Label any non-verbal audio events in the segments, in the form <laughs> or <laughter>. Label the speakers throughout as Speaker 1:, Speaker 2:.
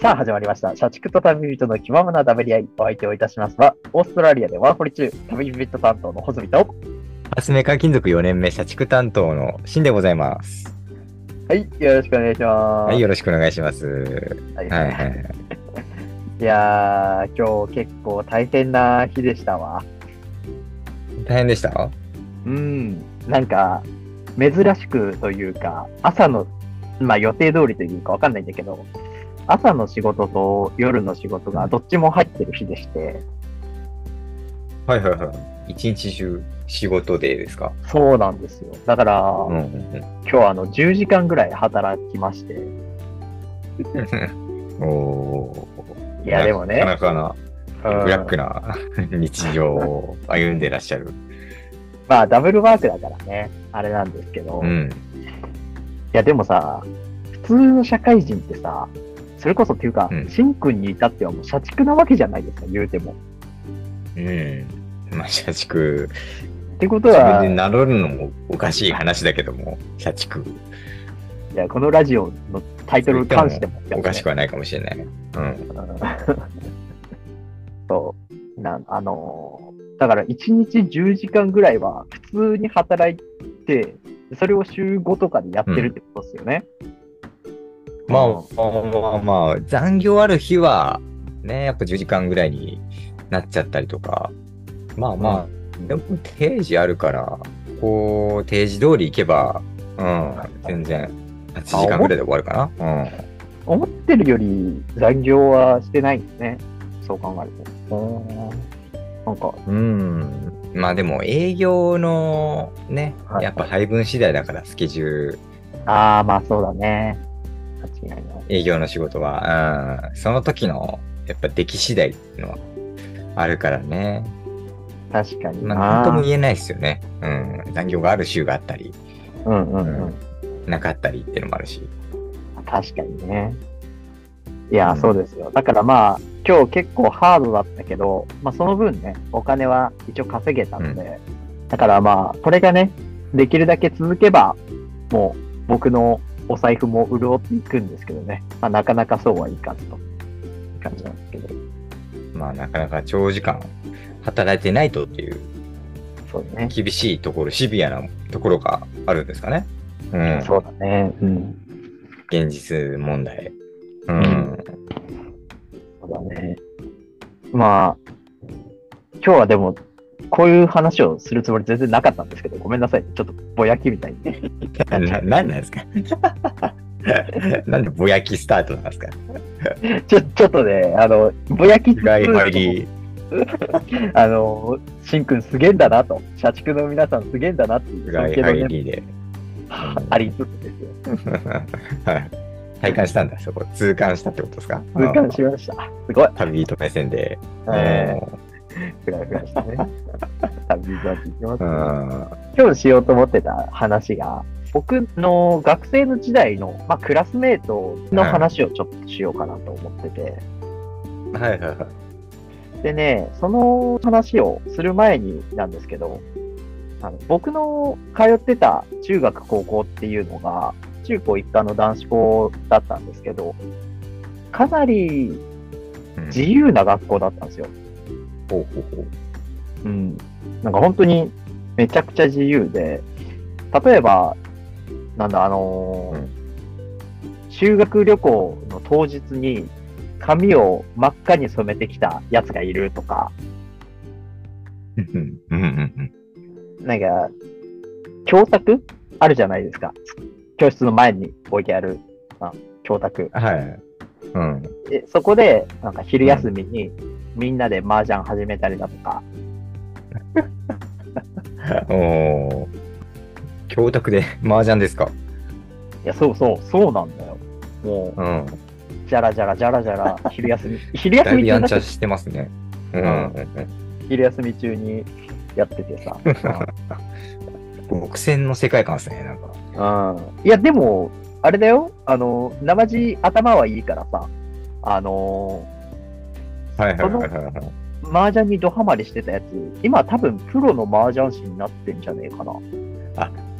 Speaker 1: さあ始まりました。社畜と旅人の気ままなダべり合い、お相手をいたしますは、オーストラリアでワーホリ中、旅人担当のホズミと、
Speaker 2: 発明家金属4年目社畜担当のシンでございます。
Speaker 1: はい、よろしくお願いします。
Speaker 2: はい、よろしくお願いします。は
Speaker 1: はいい
Speaker 2: はいいはい。
Speaker 1: やー、今日結構大変な日でしたわ。
Speaker 2: 大変でした
Speaker 1: うん、なんか、珍しくというか、朝の、まあ予定通りというかわかんないんだけど、朝の仕事と夜の仕事がどっちも入ってる日でして、
Speaker 2: はいはいはい。一日中仕事でですか
Speaker 1: そうなんですよ。だから、
Speaker 2: うんうん
Speaker 1: 今日はあの10時間ぐらい働きまして、
Speaker 2: うん。お
Speaker 1: い
Speaker 2: ー。
Speaker 1: やでもね、
Speaker 2: なかなか
Speaker 1: う
Speaker 2: な、
Speaker 1: ん
Speaker 2: ブラック <laughs> な日常を歩んでらっしゃる。
Speaker 1: まあダブルワークだからね、あれなんですけど、
Speaker 2: う
Speaker 1: い
Speaker 2: ん。
Speaker 1: やでもさ、普通の社会人ってさ、それこそっていうか
Speaker 2: う、ん
Speaker 1: し、んくんに至ってはもう社畜なわけじゃないですか、言うても。
Speaker 2: うん。まあ、社畜、
Speaker 1: ってこと
Speaker 2: 自
Speaker 1: は、
Speaker 2: 分で名乗るのもおかしい話だけども、社畜、
Speaker 1: いやこのラジオのタイトルに関しても、
Speaker 2: おかしくはないかもしれない。うん。
Speaker 1: うん <laughs> そうなんあのーだから1日10時間ぐらいは普通に働いて、それを週5とかでやってるってことですよね。
Speaker 2: まあ、まあまあ、残業ある日は、ね、やっぱ10時間ぐらいになっちゃったりとか、まあまあ、でも定時あるから、こう、定時通り行けば、うん、全然、8時間ぐらいで終わるかな。
Speaker 1: 思ってるより残業はしてないんですね。そう考えると。なんか、
Speaker 2: うん。うん。まあでも、営業のね
Speaker 1: は、い
Speaker 2: やっぱ配分次第だから、スケジュール、
Speaker 1: ああ、まあそうだね。間違いない。
Speaker 2: 営業の仕事は、うん、その時の、やっぱ出来次第っていうのはあるからね。
Speaker 1: 確かにな。
Speaker 2: まあ、なんとも言えないですよね。うん。残業がある週があったり、
Speaker 1: うんうんう。
Speaker 2: うんなかったりっていうのもあるし。
Speaker 1: 確かにね。いやー、
Speaker 2: うん
Speaker 1: そうですよ。だからまあ、今日結構ハードだったけど、まあその分ね、お金は一応稼げたので、だからまあ、これがね、できるだけ続けば、もう僕のお財布も潤っていくんですけどね、まあ、なかなかそうはいかずという感じなんですけど。
Speaker 2: まあ、なかなか長時間働いてないとっていう
Speaker 1: そうだね。
Speaker 2: 厳しいところ、シビアなところがあるんですかね。うん。
Speaker 1: そうだね。うん。
Speaker 2: 現実問題。
Speaker 1: う
Speaker 2: う。
Speaker 1: んそうだね。まあ、今日はでも、こういう話をするつもり全然なかったんですけど、ごめんなさい。ちょっとぼやきみたいに。
Speaker 2: ななんなんですか <laughs> なんでぼやきスタートなんですか
Speaker 1: ちょ、ちょっとね、あの、ぼやきつつ
Speaker 2: 外入り。
Speaker 1: あの、しんくんすげえんだなと、社畜の皆さんすげえんだなっていう
Speaker 2: 外
Speaker 1: 尊敬
Speaker 2: 入
Speaker 1: のね
Speaker 2: りで。
Speaker 1: ありつつですよ。
Speaker 2: はい <laughs> 体感したんだ、そこ。痛感したってことですか
Speaker 1: 痛感し
Speaker 2: うん
Speaker 1: ました。すごい。
Speaker 2: 旅人目線で。
Speaker 1: え
Speaker 2: うん
Speaker 1: ー、ふらふらしたね。 <laughs> 旅立っていきます
Speaker 2: う
Speaker 1: ね
Speaker 2: ん
Speaker 1: 今日しようと思ってた話が、僕の学生の時代の、まあ、クラスメートの話をちょっとしようかなと思ってて、
Speaker 2: はいはいはい。
Speaker 1: でね、その話をする前になんですけど、あの僕の通ってた中学、高校っていうのが、中高一貫の男子校だったんですけど、かなり
Speaker 2: うん
Speaker 1: 自由な学校だったんですよ。
Speaker 2: ほうほうほう
Speaker 1: うん、なんか本当にめちゃくちゃ自由で、例えば、なんだ、あのー
Speaker 2: うん
Speaker 1: 修学旅行の当日に髪を真っ赤に染めてきたやつがいるとか、
Speaker 2: うんうんうん
Speaker 1: なんか、教卓あるじゃないですか。教室の前に置いてある、あ教卓。
Speaker 2: うん。はい。うん。
Speaker 1: でそこで、なんか昼休みにみんなで麻雀始めたりだとか、
Speaker 2: おー。教託で <laughs> 麻雀ですか。
Speaker 1: いや、そうそう、そうなんだよ。もう、
Speaker 2: うん。
Speaker 1: じゃらじゃらじゃらじゃら、昼休
Speaker 2: <laughs>
Speaker 1: み、昼
Speaker 2: だ
Speaker 1: 休
Speaker 2: いぶ
Speaker 1: み
Speaker 2: や
Speaker 1: 中
Speaker 2: ん
Speaker 1: だ
Speaker 2: ちゃしてますね。うんうん
Speaker 1: 昼休み中にやってて
Speaker 2: <laughs>
Speaker 1: さ。
Speaker 2: うん。極戦の世界観ですね、なんか。
Speaker 1: うん、いや、でも、あれだよ、あの、なまじ頭はいいからさ、あの
Speaker 2: は
Speaker 1: は
Speaker 2: い
Speaker 1: いはい
Speaker 2: はいはい。
Speaker 1: ー、麻雀にドハマりしてたやつ、今多分プロの麻雀師になってんじゃねえかな。うん、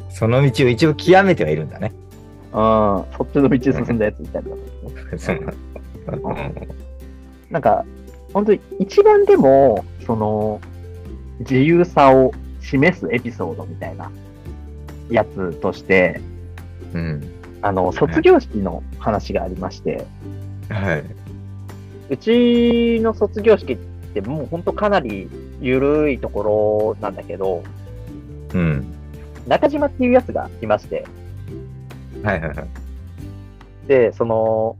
Speaker 2: その道を一応極めてはいるんだね。
Speaker 1: そっちの道進んだやつみたいな、ね。
Speaker 2: その
Speaker 1: なんか、本当に一番でも、その、自由さを示すエピソードみたいなやつとして、
Speaker 2: うん。
Speaker 1: あの、
Speaker 2: そうね
Speaker 1: 卒業式の話がありまして、
Speaker 2: はい。
Speaker 1: うちの卒業式ってもう本当かなり緩いところなんだけど、
Speaker 2: うん。
Speaker 1: 中島っていうやつがいまして、
Speaker 2: はいはいはい。
Speaker 1: で、その、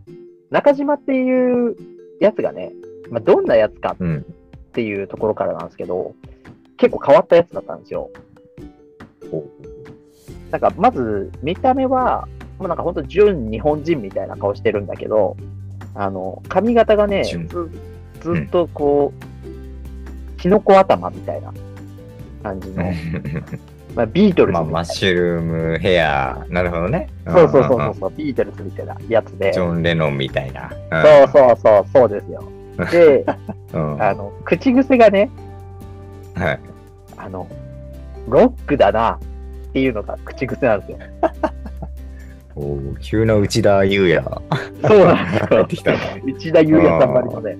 Speaker 1: 中島っていうやつがね、まあ、どんなやつか
Speaker 2: うん。
Speaker 1: っていうところからなんですけど、結構変わったやつだったんですよ。
Speaker 2: お
Speaker 1: なんか、まず、見た目は、もうなんか本当純日本人みたいな顔してるんだけど、あの、髪型がね、ず
Speaker 2: 純
Speaker 1: ずっとこう、キノコ頭みたいな感じの、
Speaker 2: <laughs>
Speaker 1: まあ、ビートルズ
Speaker 2: まあ、
Speaker 1: みたいな。
Speaker 2: マッシュルームヘア。なるほどね。
Speaker 1: そうそうそ
Speaker 2: んん
Speaker 1: うんそう、ビートルズみたいなやつで、
Speaker 2: ジ
Speaker 1: そう
Speaker 2: ョン・レノンみたいな。
Speaker 1: そうそう、そうですよ。
Speaker 2: <laughs>
Speaker 1: で、
Speaker 2: うん。うん。
Speaker 1: あの、口癖がね、
Speaker 2: はい。
Speaker 1: あの、ロックだなっていうのが口癖なんですよ。
Speaker 2: おー急な内田優也。
Speaker 1: そうなんです
Speaker 2: 帰
Speaker 1: よ <laughs>
Speaker 2: って。きたな。
Speaker 1: 内田裕也さんばりのね、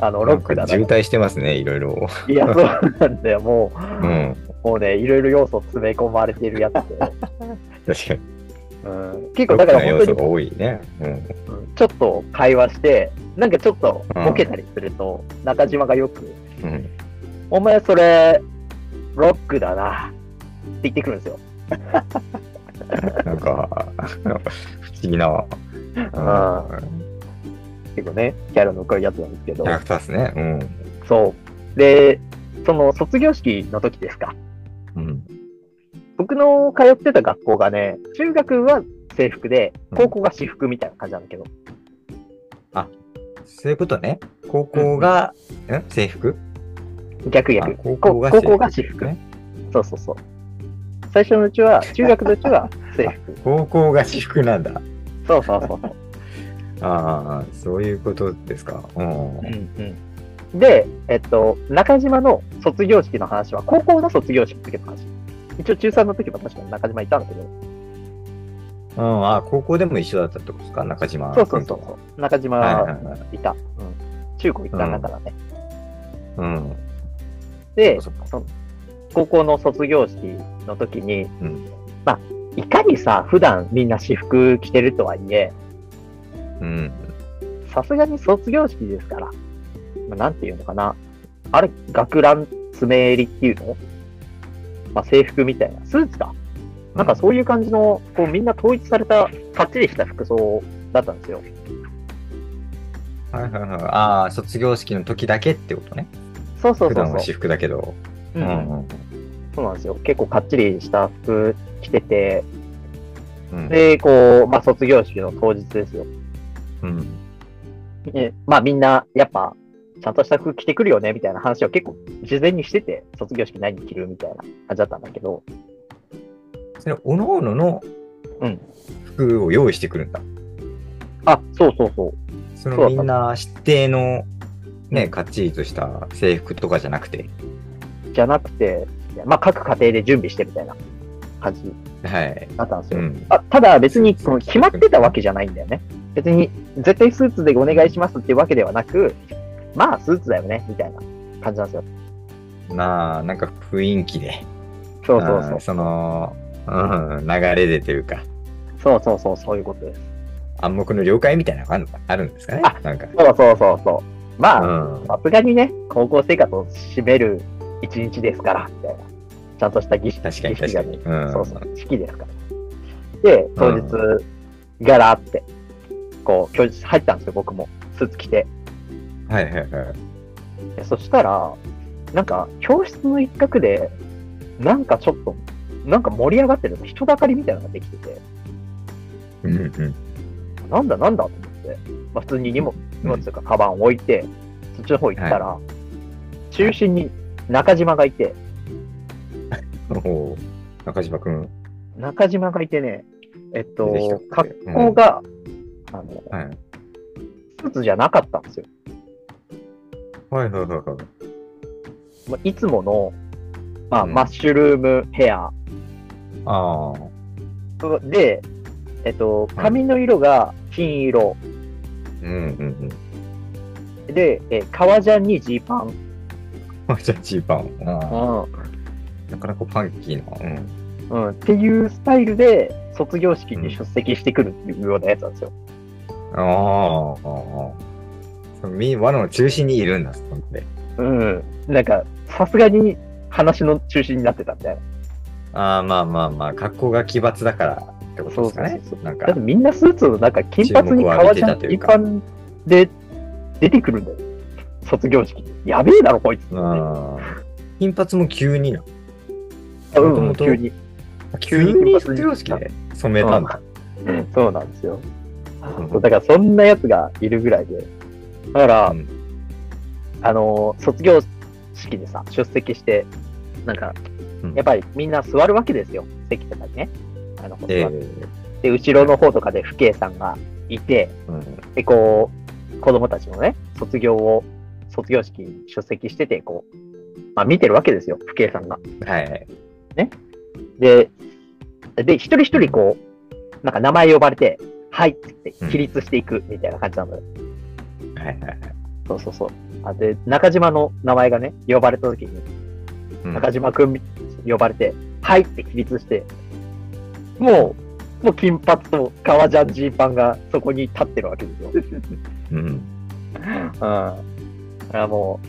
Speaker 1: あの、ロックだ
Speaker 2: なんか
Speaker 1: な。
Speaker 2: 渋
Speaker 1: い
Speaker 2: 滞してますね、いろいろ。
Speaker 1: や、そうなんだよ。も
Speaker 2: うん。
Speaker 1: う、もうね、いろいろ要素詰め込まれてるやつで。
Speaker 2: 確かに。
Speaker 1: うん、結構、
Speaker 2: ロ
Speaker 1: だから
Speaker 2: ックな
Speaker 1: 本
Speaker 2: 要
Speaker 1: 当
Speaker 2: 素
Speaker 1: に
Speaker 2: が、多いね。うん。
Speaker 1: うんちょっと会話して、なんかちょっとボケたりすると、中島がよく、
Speaker 2: うん。
Speaker 1: お前それ、ロックだな。って言ってくるんですよ。
Speaker 2: なんか、 <laughs> 不思議な、
Speaker 1: あ
Speaker 2: うん
Speaker 1: 結構ね、キャラの濃いやつなんですけど
Speaker 2: キャ。ラクターですね。
Speaker 1: そう。で、その卒業式の時ですか。
Speaker 2: うん。うん。
Speaker 1: 僕の通ってた学校がね、中学は制服で、高校が私服みたいな感じなんだけど、
Speaker 2: そういうことね。高校が、ん制服
Speaker 1: 逆
Speaker 2: あ
Speaker 1: 逆。
Speaker 2: 高
Speaker 1: こ
Speaker 2: 校が
Speaker 1: 高
Speaker 2: 制
Speaker 1: 校
Speaker 2: 服
Speaker 1: が私服。
Speaker 2: ね。
Speaker 1: そうそうそう。最初のうちは、中学のうちは制
Speaker 2: <laughs>
Speaker 1: 服。
Speaker 2: 高校が私服なんだ。
Speaker 1: そうそうそうそう。
Speaker 2: ああ、そういうことですか。うん。
Speaker 1: で、えっと、中島の卒業式の話は、高校の卒業式の時の話。一応中3の時も確かに中島いたんだけど、
Speaker 2: うん、あ高校でも一緒だったってことですか、中島
Speaker 1: そ
Speaker 2: 君
Speaker 1: うそうそうそう。中
Speaker 2: と。はいはい
Speaker 1: 島
Speaker 2: はい。
Speaker 1: いた。うん、中高一貫だからね。
Speaker 2: うん。
Speaker 1: で、
Speaker 2: そっか
Speaker 1: その高校の卒業式の時に、
Speaker 2: うん
Speaker 1: まあ、いかにさ、普段みんな私服着てるとはいえ、
Speaker 2: うん。
Speaker 1: さすがに卒業式ですから、まあ、なんていうのかな。あれ、学ラン爪襟っていうのまあ、制服みたいな。スーツか。なんかそういう感じの、こうみんな統一された、パッチリした服装だったんですよ。
Speaker 2: はいはいはい。ああ、卒業式の時だけってことね。
Speaker 1: そうそう
Speaker 2: 普
Speaker 1: そう
Speaker 2: 段は
Speaker 1: そ
Speaker 2: 私服だけど。
Speaker 1: う。う、
Speaker 2: うんん。
Speaker 1: そうなんですよ。結構かっちりした服着てて、
Speaker 2: うん。
Speaker 1: で、こう、まあ、卒業式の当日ですよ。
Speaker 2: うん。
Speaker 1: ねまあみんな、やっぱ、ちゃんとした服着てくるよね、みたいな話を結構、事前にしてて、卒業式何着るみたいな感じだったんだけど、
Speaker 2: それ、おのおのの
Speaker 1: うん
Speaker 2: 服を用意してくるんだ。
Speaker 1: あ、そうそうそう。そ
Speaker 2: そ
Speaker 1: う
Speaker 2: の
Speaker 1: だっ
Speaker 2: み
Speaker 1: た
Speaker 2: んな指定の、ね、かっちりとした制服とかじゃなくて。
Speaker 1: じゃなくて、まあ各家庭で準備してみたいな感じ
Speaker 2: はい。
Speaker 1: だったんです
Speaker 2: う
Speaker 1: よ。
Speaker 2: ん。
Speaker 1: あただ別にその決まってたわけじゃないんだよね。別に、絶対スーツでお願いしますっていうわけではなく、まあスーツだよね、みたいな感じなんですよ。
Speaker 2: まあ、なんか雰囲気で。
Speaker 1: そうそう
Speaker 2: あ
Speaker 1: そ
Speaker 2: ー
Speaker 1: う。
Speaker 2: その、うん、流れでというか、
Speaker 1: そうそうそう、そういうことです。
Speaker 2: 暗黙の了解みたいなのがあるのかあるんですかね
Speaker 1: あ
Speaker 2: なんか。
Speaker 1: そうそうそうそう。まあ、
Speaker 2: うん。
Speaker 1: さすがにね、高校生活を締める一日ですから、みたいな。ちゃんとした儀式
Speaker 2: 確かに
Speaker 1: 儀式がね
Speaker 2: 確かにうん
Speaker 1: そうそう、式ですから。で、当日、ガラって、こう、教室入ったんですよ、僕も。スーツ着て。
Speaker 2: はいはいはい。
Speaker 1: でそしたら、なんか、教室の一角で、なんかちょっと、なんか盛り上がってる人だかりみたいなのができてて、
Speaker 2: うんうん。
Speaker 1: なんだなんだと思って、まあ、普通に荷物、荷物とかカバンを置いて、そっちの方行ったら、中心に中島がいて、
Speaker 2: おー中島くん。
Speaker 1: 中島がいてね、えっ
Speaker 2: 出てきた
Speaker 1: と
Speaker 2: っ、け
Speaker 1: 格好が、あの、
Speaker 2: はい。
Speaker 1: スーツじゃなかったんですよ。
Speaker 2: はいはいはいはい。
Speaker 1: まあいつもの、まあ、
Speaker 2: うん
Speaker 1: マッシュルームヘア
Speaker 2: あ
Speaker 1: で、えっと、髪の色が金色、
Speaker 2: あ。うんうん
Speaker 1: で、えー革ジャンにジーパン。
Speaker 2: うん。じゃあ、ジーパン。あ
Speaker 1: う
Speaker 2: ーなかなかパンキーな。うん。
Speaker 1: ん。うん。っていうスタイルで、卒業式に出席してくるっていうようなやつなんですよ。
Speaker 2: ああああ。そうみ、輪の中心にいるんだ、そこで。
Speaker 1: うん。なんか、さすがに話の中心になってたみたいな。
Speaker 2: ああ、まあまあまあ、格好が奇抜だからってことですかね。
Speaker 1: そうそうそう
Speaker 2: なん
Speaker 1: だっ
Speaker 2: か
Speaker 1: て、みんなスーツのなんか金髪に革ジャン、一般で出てくるんだよ。卒業式。やべえだろ、こいつって。
Speaker 2: ああ。金髪も急にな。
Speaker 1: うん
Speaker 2: 元々
Speaker 1: 急に。
Speaker 2: 急
Speaker 1: 急
Speaker 2: に
Speaker 1: に
Speaker 2: 卒業式で染めたんだ。
Speaker 1: そうなんですよ。
Speaker 2: うん
Speaker 1: そうだからそんなやつがいるぐらいで。だから、
Speaker 2: うん
Speaker 1: あのー卒業式にさ、出席して、なんか
Speaker 2: うん、
Speaker 1: やっぱりみんな座るわけですよ。席とかにね。あの、
Speaker 2: ええ
Speaker 1: で、後ろの方とかで父兄さんがいて、
Speaker 2: うん
Speaker 1: で、こう、子供たちのね、卒業を、卒業式に出席してて、こう、まあ見てるわけですよ、父兄さんが。
Speaker 2: はい。
Speaker 1: で、で、一人一人こう、なんか名前呼ばれて、はいって言って起立していくみたいな感じなのよ。
Speaker 2: はいはいはい。
Speaker 1: そうそうそう。あで、中島の名前がね、呼ばれた時に、
Speaker 2: うん
Speaker 1: 中島くん呼ばれて、はいって起立して、もう、もう金髪と革ジャンジーパンがそこに立ってるわけですよ。
Speaker 2: うん。
Speaker 1: うん。あも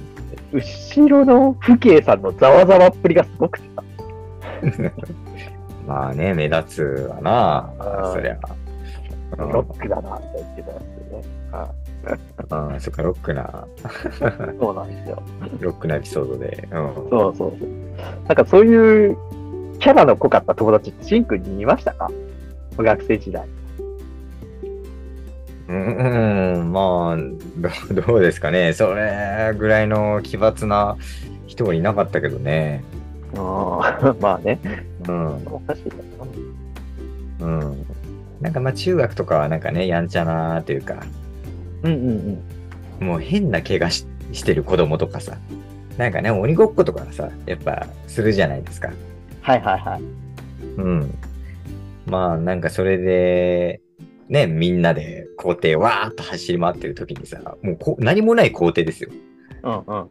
Speaker 1: う、後ろの父兄さんのざわざわっぷりがすごくてさ、
Speaker 2: まあね、目立つわな
Speaker 1: あ、ー
Speaker 2: そりゃ。うん
Speaker 1: ロックだなって言ってたんですよね。
Speaker 2: ああ、そっか、ロックな、
Speaker 1: うんそうなんですよ。
Speaker 2: ロックなエピソードで。うん。
Speaker 1: そうそうそう。なんかそういうキャラの濃かった友達ってシンくんにいましたか学生時代。
Speaker 2: うん、うんまあど、ど <laughs> うですかね。それぐらいの奇抜な人はいなかったけどね。
Speaker 1: あ <laughs> まあね。
Speaker 2: うん。
Speaker 1: おかしいな。
Speaker 2: うん。なんかまあ中学とかはなんかね、やんちゃなというか、
Speaker 1: うんうんうん。
Speaker 2: もう変な怪我ししてる子供とかさ、なんかね、鬼ごっことかさ、やっぱするじゃないですか。
Speaker 1: はいはいはい。
Speaker 2: うん。まあなんかそれで、ね、みんなで校庭わーっと走り回ってる時にさ、もうこ何もない校庭ですよ。
Speaker 1: うんうん。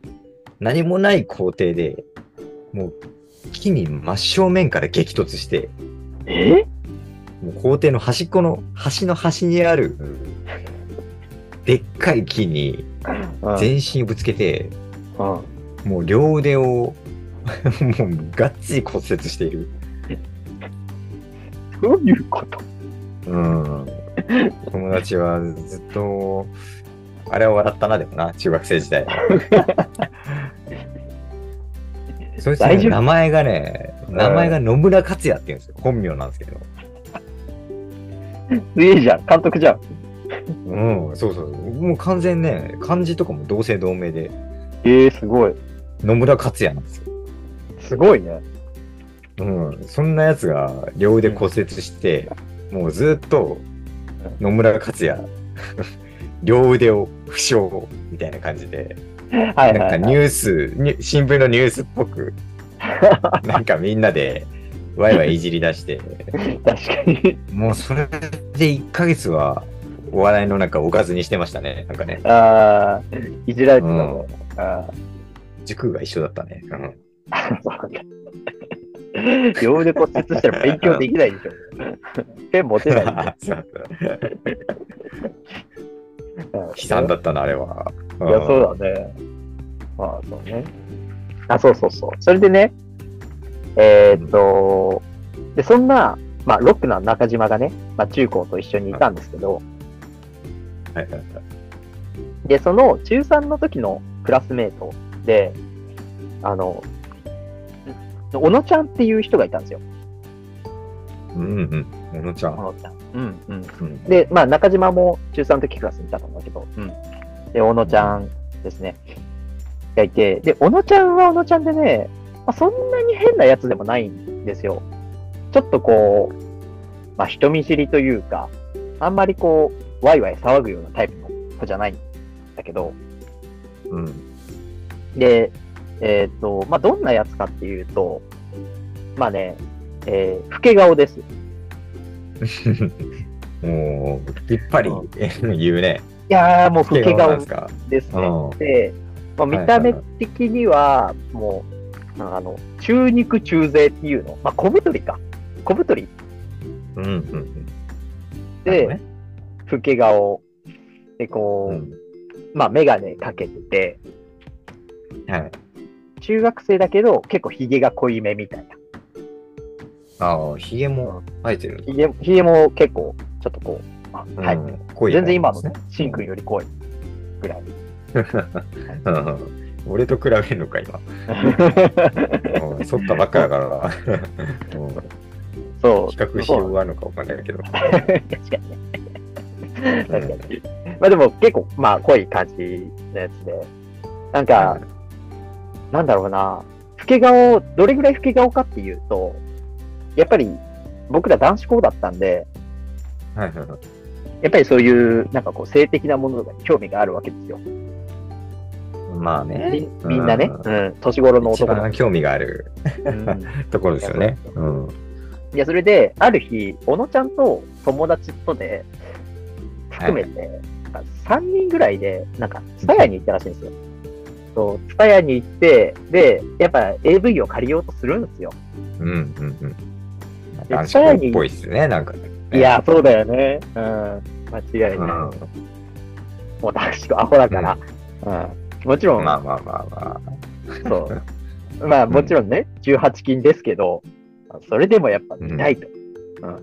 Speaker 2: 何もない校庭で、もう木に真正面から激突して、
Speaker 1: え
Speaker 2: もう校庭の端っこの、端の端にある、でっかい木に
Speaker 1: うん
Speaker 2: 全身ぶつけて、
Speaker 1: うん
Speaker 2: もう両腕を、 <laughs> もうがっつり骨折している。
Speaker 1: どういうこと
Speaker 2: うん。友達はずっと、あれは笑ったな、でもな、中学生時 <laughs> 代。そいつ
Speaker 1: 大
Speaker 2: ね
Speaker 1: 丈夫
Speaker 2: 名前がね、名前が野村克也って言うんですよ。本名なんですけど。
Speaker 1: すげえじゃん。監督じゃん。
Speaker 2: うん、そうそう。もう完全ね、漢字とかも同姓同名で、
Speaker 1: ええすごい。
Speaker 2: 野村克也なんですよ。
Speaker 1: すごいね。
Speaker 2: うん、そんなやつが両腕骨折して、もうずっと野村克也、両腕を負傷みたいな感じで、
Speaker 1: はい
Speaker 2: なん
Speaker 1: は
Speaker 2: か
Speaker 1: い、
Speaker 2: ニ
Speaker 1: はい。
Speaker 2: ュース、ニュ新聞のニュースっ
Speaker 1: <laughs>
Speaker 2: ぽく、なんかみんなでワイワイいじり出して、
Speaker 1: 確かに。
Speaker 2: もうそれで1ヶ月はお笑いのなんかおかずにしてましたね。なんかね、
Speaker 1: ああ、いじられてた
Speaker 2: うん
Speaker 1: ね。あ
Speaker 2: 塾が一緒だったね。うん
Speaker 1: あ、そうなんだ。 <laughs> 両腕骨折したら勉強できないでしょ。ペン持てないでしょ。
Speaker 2: そう悲惨だったな、あれは。
Speaker 1: い
Speaker 2: い
Speaker 1: や、そうだね。まあ、そうね。あ、そうそうそう。それでね、えーっと、で、そんな、まあ、ロックな中島がね、まあ、中高と一緒にいたんですけど、
Speaker 2: だ。はいはいはい
Speaker 1: で、その中3の時のクラスメートで、あの、小野ちゃんっていう人がいたんですよ。
Speaker 2: うんうん。小野ちゃ
Speaker 1: 小
Speaker 2: ん。
Speaker 1: 野ちゃん。うんうん。
Speaker 2: うん
Speaker 1: で、まあ、中島も中3の時クラスにいたと思うけど、で、小野ちゃんですね、がいて、で、小野ちゃんは小野ちゃんでね、まあ、そんなに変なやつでもないんですよ。ちょっとこう、まあ、人見知りというか、あんまりこう、ワイワイ騒ぐようなタイプの子じゃないんだけど、
Speaker 2: うん。 <laughs>
Speaker 1: で、えっ、と、まあ、どんなやつかっていうと、まあね、えー、老け顔です。
Speaker 2: もう、きっぱり <laughs> 言うね。
Speaker 1: いやー、もう老け
Speaker 2: 老なん
Speaker 1: 顔
Speaker 2: ですか
Speaker 1: ですね。
Speaker 2: うん
Speaker 1: で、まあ、見た目的には、もう、なんかあの、中肉中背っていうの。まあ、小太りか。小太り
Speaker 2: うんうんうん。
Speaker 1: で、
Speaker 2: なる
Speaker 1: 老け顔。で、
Speaker 2: ほ
Speaker 1: こう、
Speaker 2: どね、
Speaker 1: まあ、メガネかけてて、
Speaker 2: うんはい。
Speaker 1: 中学生だけど、結構ヒゲが濃いめみたいな。
Speaker 2: ああ、ひげも生えてるん
Speaker 1: ヒ
Speaker 2: だ
Speaker 1: ゲヒゲも結構、ちょっとこう、あは
Speaker 2: う
Speaker 1: い。
Speaker 2: ん濃い
Speaker 1: 全然今
Speaker 2: で
Speaker 1: の
Speaker 2: す
Speaker 1: ね
Speaker 2: ね。、
Speaker 1: シンくんより濃いぐらい。
Speaker 2: うんうん俺と比べるの
Speaker 1: <laughs>
Speaker 2: か、今。うんそったばっかだからな。うん
Speaker 1: そう。
Speaker 2: 比較し
Speaker 1: そ
Speaker 2: よ
Speaker 1: う
Speaker 2: うがあるのかわかんないけど。
Speaker 1: 確かにね。確かに。 <laughs> まあでも結構、まあ濃い感じのやつで。なんか、なんだろうな、老け顔、どれぐらい老け顔かっていうと、やっぱり僕ら男子校だったんで、
Speaker 2: はいはいはい
Speaker 1: やっぱりそういう、なんかこう、性的なものとかに興味があるわけですよ。
Speaker 2: まあね
Speaker 1: み。みんなね、
Speaker 2: う
Speaker 1: うん、年頃の
Speaker 2: 一
Speaker 1: 男の
Speaker 2: 番興味がある
Speaker 1: 子。うん
Speaker 2: ところですよね。
Speaker 1: いや
Speaker 2: うん。
Speaker 1: いや、それで、ある日、小野ちゃんと友達とで、含めて、なんか3人ぐらいで、なんか、ツタヤに行ったらしいんですよ。そう、ツタヤに行って、で、やっぱ AV を借りようとするんですよ。
Speaker 2: うんうんうん。
Speaker 1: で
Speaker 2: 男子校っぽいっすね、なんかね。
Speaker 1: いや、そうだよね。うん。間違
Speaker 2: う
Speaker 1: い
Speaker 2: ん、
Speaker 1: ない。
Speaker 2: ま
Speaker 1: もう男子校アホだから。うん。もちろ
Speaker 2: あ
Speaker 1: ん、
Speaker 2: まあまあま
Speaker 1: そう。まあ、もちろんね、18禁ですけど、それでもやっぱ見たいと。
Speaker 2: あ。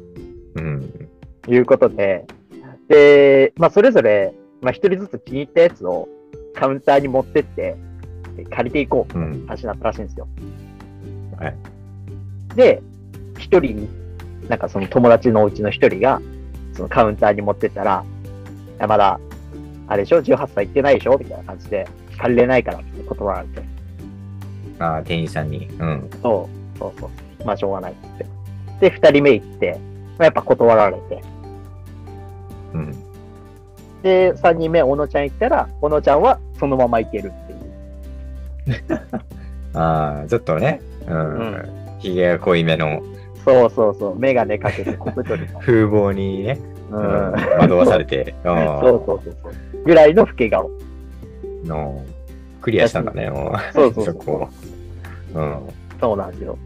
Speaker 2: うん。
Speaker 1: いうことで、で、まあ、それぞれ、まあ、一人ずつ気に入ったやつをカウンターに持ってって、で借りていこう、
Speaker 2: うん。
Speaker 1: 話になったらしいんですよ。
Speaker 2: はい。
Speaker 1: で、一人、なんかその友達のうちの一人が、そのカウンターに持ってったら、いやまだ、あれでしょ ?18 歳行ってないでしょみたいな感じで、借りれないからって断られて。
Speaker 2: ああ、店員さんに。うん。
Speaker 1: そう、そうそう。まあ、しょうがないっつって。で、二人目行って、まあ、やっぱ断られて。
Speaker 2: うん。
Speaker 1: で、3人目、小野ちゃん行ったら、小野ちゃんはそのまま行けるっていう。
Speaker 2: ああ、ちょっとね。うん。ひげが濃いめの
Speaker 1: そうそうそう、メガネかけて小太りの。
Speaker 2: 風貌にね、
Speaker 1: う
Speaker 2: <laughs> うん
Speaker 1: ん。
Speaker 2: 惑わさ
Speaker 1: <laughs>
Speaker 2: れて、うん
Speaker 1: そうそうそうそう。ぐらいの老け顔。
Speaker 2: のクリアしたんだね、もう。
Speaker 1: そうそうそ。
Speaker 2: そうこを。うん。
Speaker 1: そうなんですよ。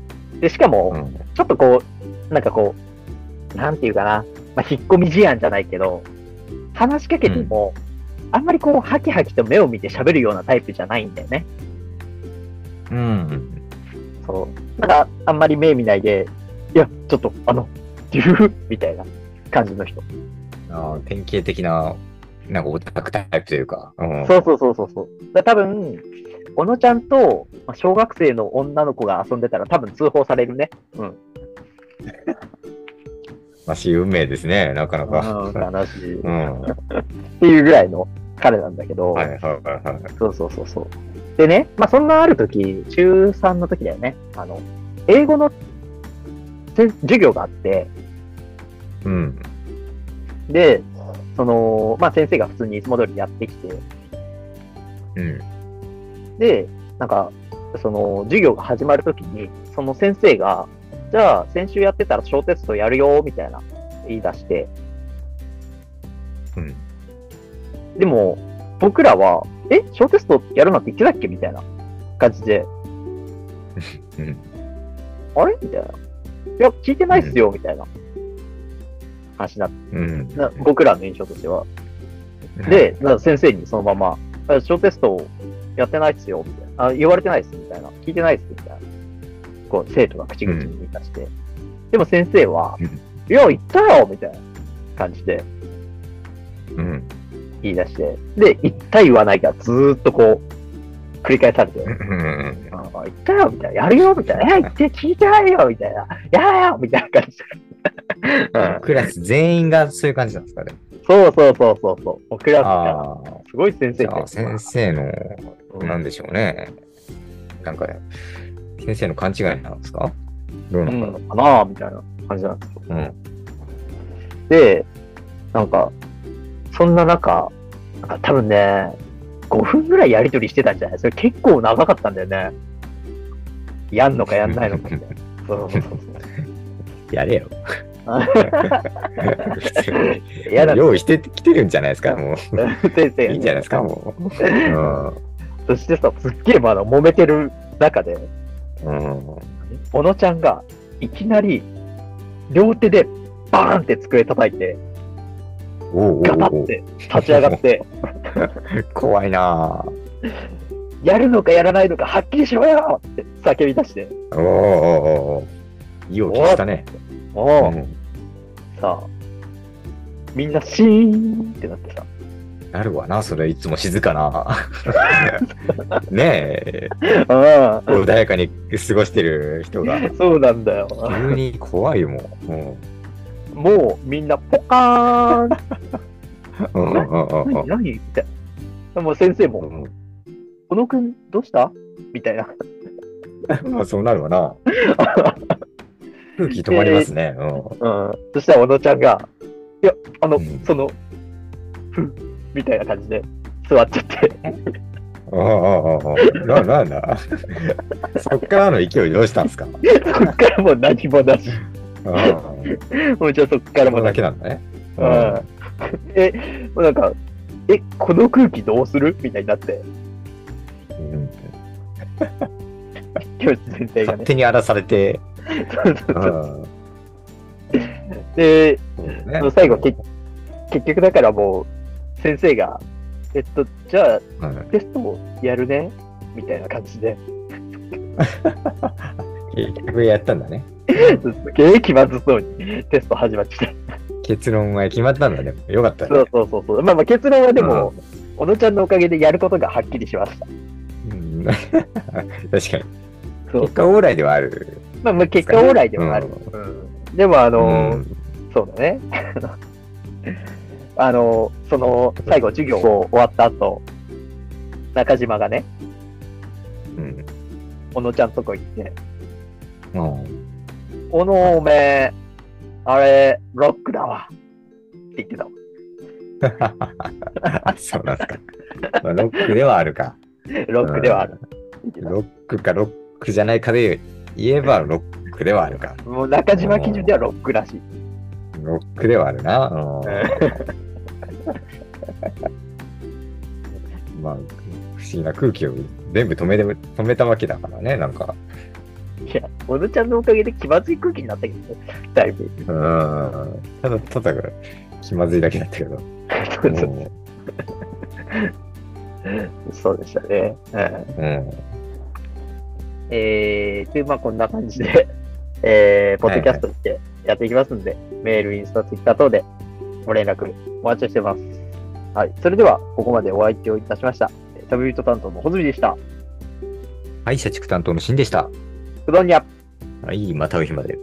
Speaker 1: で、しか
Speaker 2: う
Speaker 1: も、
Speaker 2: ん
Speaker 1: ちょっとこう、なんかこう、なんていうかな、まあ、引っ込み思案じゃないけど、話しかけても、あんまりこう、ハキハキと目を見て喋るようなタイプじゃないんだよね。
Speaker 2: うん。
Speaker 1: そう。なんか、あんまり目見ないで、いや、ちょっと、あの、デューみたいな感じの人。
Speaker 2: ああ典型的な、なんかオタクタイプというか。うん。
Speaker 1: そうそうそうそうそう。だから多分、小野ちゃんとまあ小学生の女の子が遊んでたら多分通報されるね。うん。
Speaker 2: らしい運命ですね、なかなか。
Speaker 1: 悲しい。っ
Speaker 2: うん。はい
Speaker 1: ていうぐらいの彼なんだけど、
Speaker 2: はいはいはい。
Speaker 1: そうそうそうそう。でね、まあそんなある時、中3の時だよね。あの、英語のせ授業があって、
Speaker 2: うん。
Speaker 1: で、その、まあ先生が普通にいつも通りやってきて、
Speaker 2: うん。
Speaker 1: で、なんか、その授業が始まるときに、その先生が、じゃあ、先週やってたら小テストやるよ、みたいな言い出して、
Speaker 2: うん。
Speaker 1: でも、僕らは、え、小テストやるなんて言ってたっけみたいな感じで、
Speaker 2: うん。
Speaker 1: あれみたいな。いや、聞いてないっすよ、みたいな話な
Speaker 2: うん。
Speaker 1: な、僕らの印象としては。で、な先生にそのまま、あ小テストやってないっすよ、みたいな。あ言われてないっす、みたいな。聞いてないっす、みたいな。こう、生徒が口々に言い出して。でも先生は、
Speaker 2: うん
Speaker 1: いや、言ったよみたいな感じで
Speaker 2: うん。
Speaker 1: 言い出して。で、言った言わないがずーっとこう、繰り返されて。
Speaker 2: うん。
Speaker 1: あ言ったよみたいな。やるよみたいな。え、言って聞いてないよみたいな。やだよみたいな感じで。うん
Speaker 2: クラス全員がそういう感じなんですかね。
Speaker 1: そうそうそうそうそう。もうクラスから。
Speaker 2: ああ。
Speaker 1: すごい先生
Speaker 2: じゃあ先生の
Speaker 1: うん
Speaker 2: なんでしょうね。なんか、先生の勘違いなんですかどうな
Speaker 1: うん
Speaker 2: だ
Speaker 1: ん
Speaker 2: ろ
Speaker 1: かなみたいな感じなんですよ。
Speaker 2: う。うん。
Speaker 1: で、なんか、そんな中、なんか多分ね、5分ぐらいやりとりしてたんじゃないそれ結構長かったんだよね。やんのかやんないのかみたいな。そうそうそうそう。
Speaker 2: <laughs> やれよ。
Speaker 1: 嫌だ
Speaker 2: 用意してきてるんじゃないですか、も
Speaker 1: <laughs> 先
Speaker 2: う。
Speaker 1: 生。
Speaker 2: いいんじゃないですか、もう。う
Speaker 1: そしてさ、すっげえまだ揉めてる中で、
Speaker 2: ん。うん。
Speaker 1: 小野ちゃんがいきなり両手でバーンって机叩いて、
Speaker 2: おうおう
Speaker 1: ガタ
Speaker 2: お
Speaker 1: っ
Speaker 2: う
Speaker 1: て立ち上がって、
Speaker 2: 怖いなぁ
Speaker 1: やるのかやらないのかはっきりしろよって叫び出して、
Speaker 2: おうおうおうおう意を聞いたね。
Speaker 1: おお、
Speaker 2: うん
Speaker 1: さあ、みんなシーンってなってさ、
Speaker 2: なるわな、それいつも静かな。 <laughs> ねえ、
Speaker 1: ああ、
Speaker 2: 穏やかに過ごしてる人が。
Speaker 1: <laughs> そうなんだよ。
Speaker 2: 急に怖いよ、もう。うん
Speaker 1: もうみんなポカーン
Speaker 2: <laughs> うんうんうんう
Speaker 1: 何
Speaker 2: ん
Speaker 1: 何みたいな。もう先生も、
Speaker 2: う
Speaker 1: 小野くんどうしたみたいな。
Speaker 2: ん。まあそうなるわな。空気止まりますね。うん
Speaker 1: うん。そしたら小野ちゃんが、いや、あの、
Speaker 2: うん
Speaker 1: その、ふんみたいな感じで座っちゃって、 <laughs>
Speaker 2: うんうんうんうん。な、なんだ <laughs> そっからの勢いどうしたんですかうん
Speaker 1: そっからもう何も
Speaker 2: <laughs>
Speaker 1: なし。もうじゃあそっから
Speaker 2: そ
Speaker 1: も
Speaker 2: れだ
Speaker 1: なし。
Speaker 2: けなんだね。
Speaker 1: うん。え、もうなんか、え、この空気どうするみたいになって、
Speaker 2: うん
Speaker 1: 教室全体が
Speaker 2: 勝
Speaker 1: ね。
Speaker 2: 手に荒らされて。
Speaker 1: そうそう <laughs>
Speaker 2: う
Speaker 1: そうん <laughs> で、
Speaker 2: そうね
Speaker 1: その最後け結局だからもう、先生が、えっと、じゃあ
Speaker 2: うん
Speaker 1: テストをやるねみたいな感じで、
Speaker 2: 結局やったんだね。
Speaker 1: <laughs> すげえ気まずそうにテスト始まってきた。
Speaker 2: 結論は決まったんだね。よかったね
Speaker 1: そうそうそうそう。まあまあ結論はでも、小野ちゃんのおかげでやることがはっきりしました。
Speaker 2: うん <laughs> 確かに。
Speaker 1: そう
Speaker 2: 結。果オーライではある。
Speaker 1: まあまあ結果オーライでもある。うんでもあのー
Speaker 2: うん
Speaker 1: そうだね。 <laughs> あのーその最後授業を終わった後、中島がね、
Speaker 2: うん
Speaker 1: 小野ちゃんとこ行って、
Speaker 2: うん
Speaker 1: 小野おめえ、あれ、ロックだわ。って言ってたもん。
Speaker 2: あそうなんですか。まあロックではあるか。
Speaker 1: ロックではある。
Speaker 2: ロックかロックじゃないかで言えばロックではあるか。
Speaker 1: もう中島基準ではロックらしい。
Speaker 2: ロックではあるな。うん <laughs> まあ、不思議な空気を全部止めて止めたわけだからね、なんか。
Speaker 1: いや、小野ちゃんのおかげで気まずい空気になったけどね、だいぶ。
Speaker 2: うん。ただ、ただ、気まずいだけだったけ <laughs> ど。うん
Speaker 1: そうでしたね。うん、
Speaker 2: うん
Speaker 1: えー、という、まあこんな感じで、えー、ポッドキャストってやっていきますんで、メール、インスタ、ツイッター等でご連絡お待ちしてます。はい、それでは、ここまでお相手をいたしました。サブビート担当のホズミでした。
Speaker 2: はい、社畜担当のシンでした。
Speaker 1: うどんにゃ
Speaker 2: はい、またお日まで。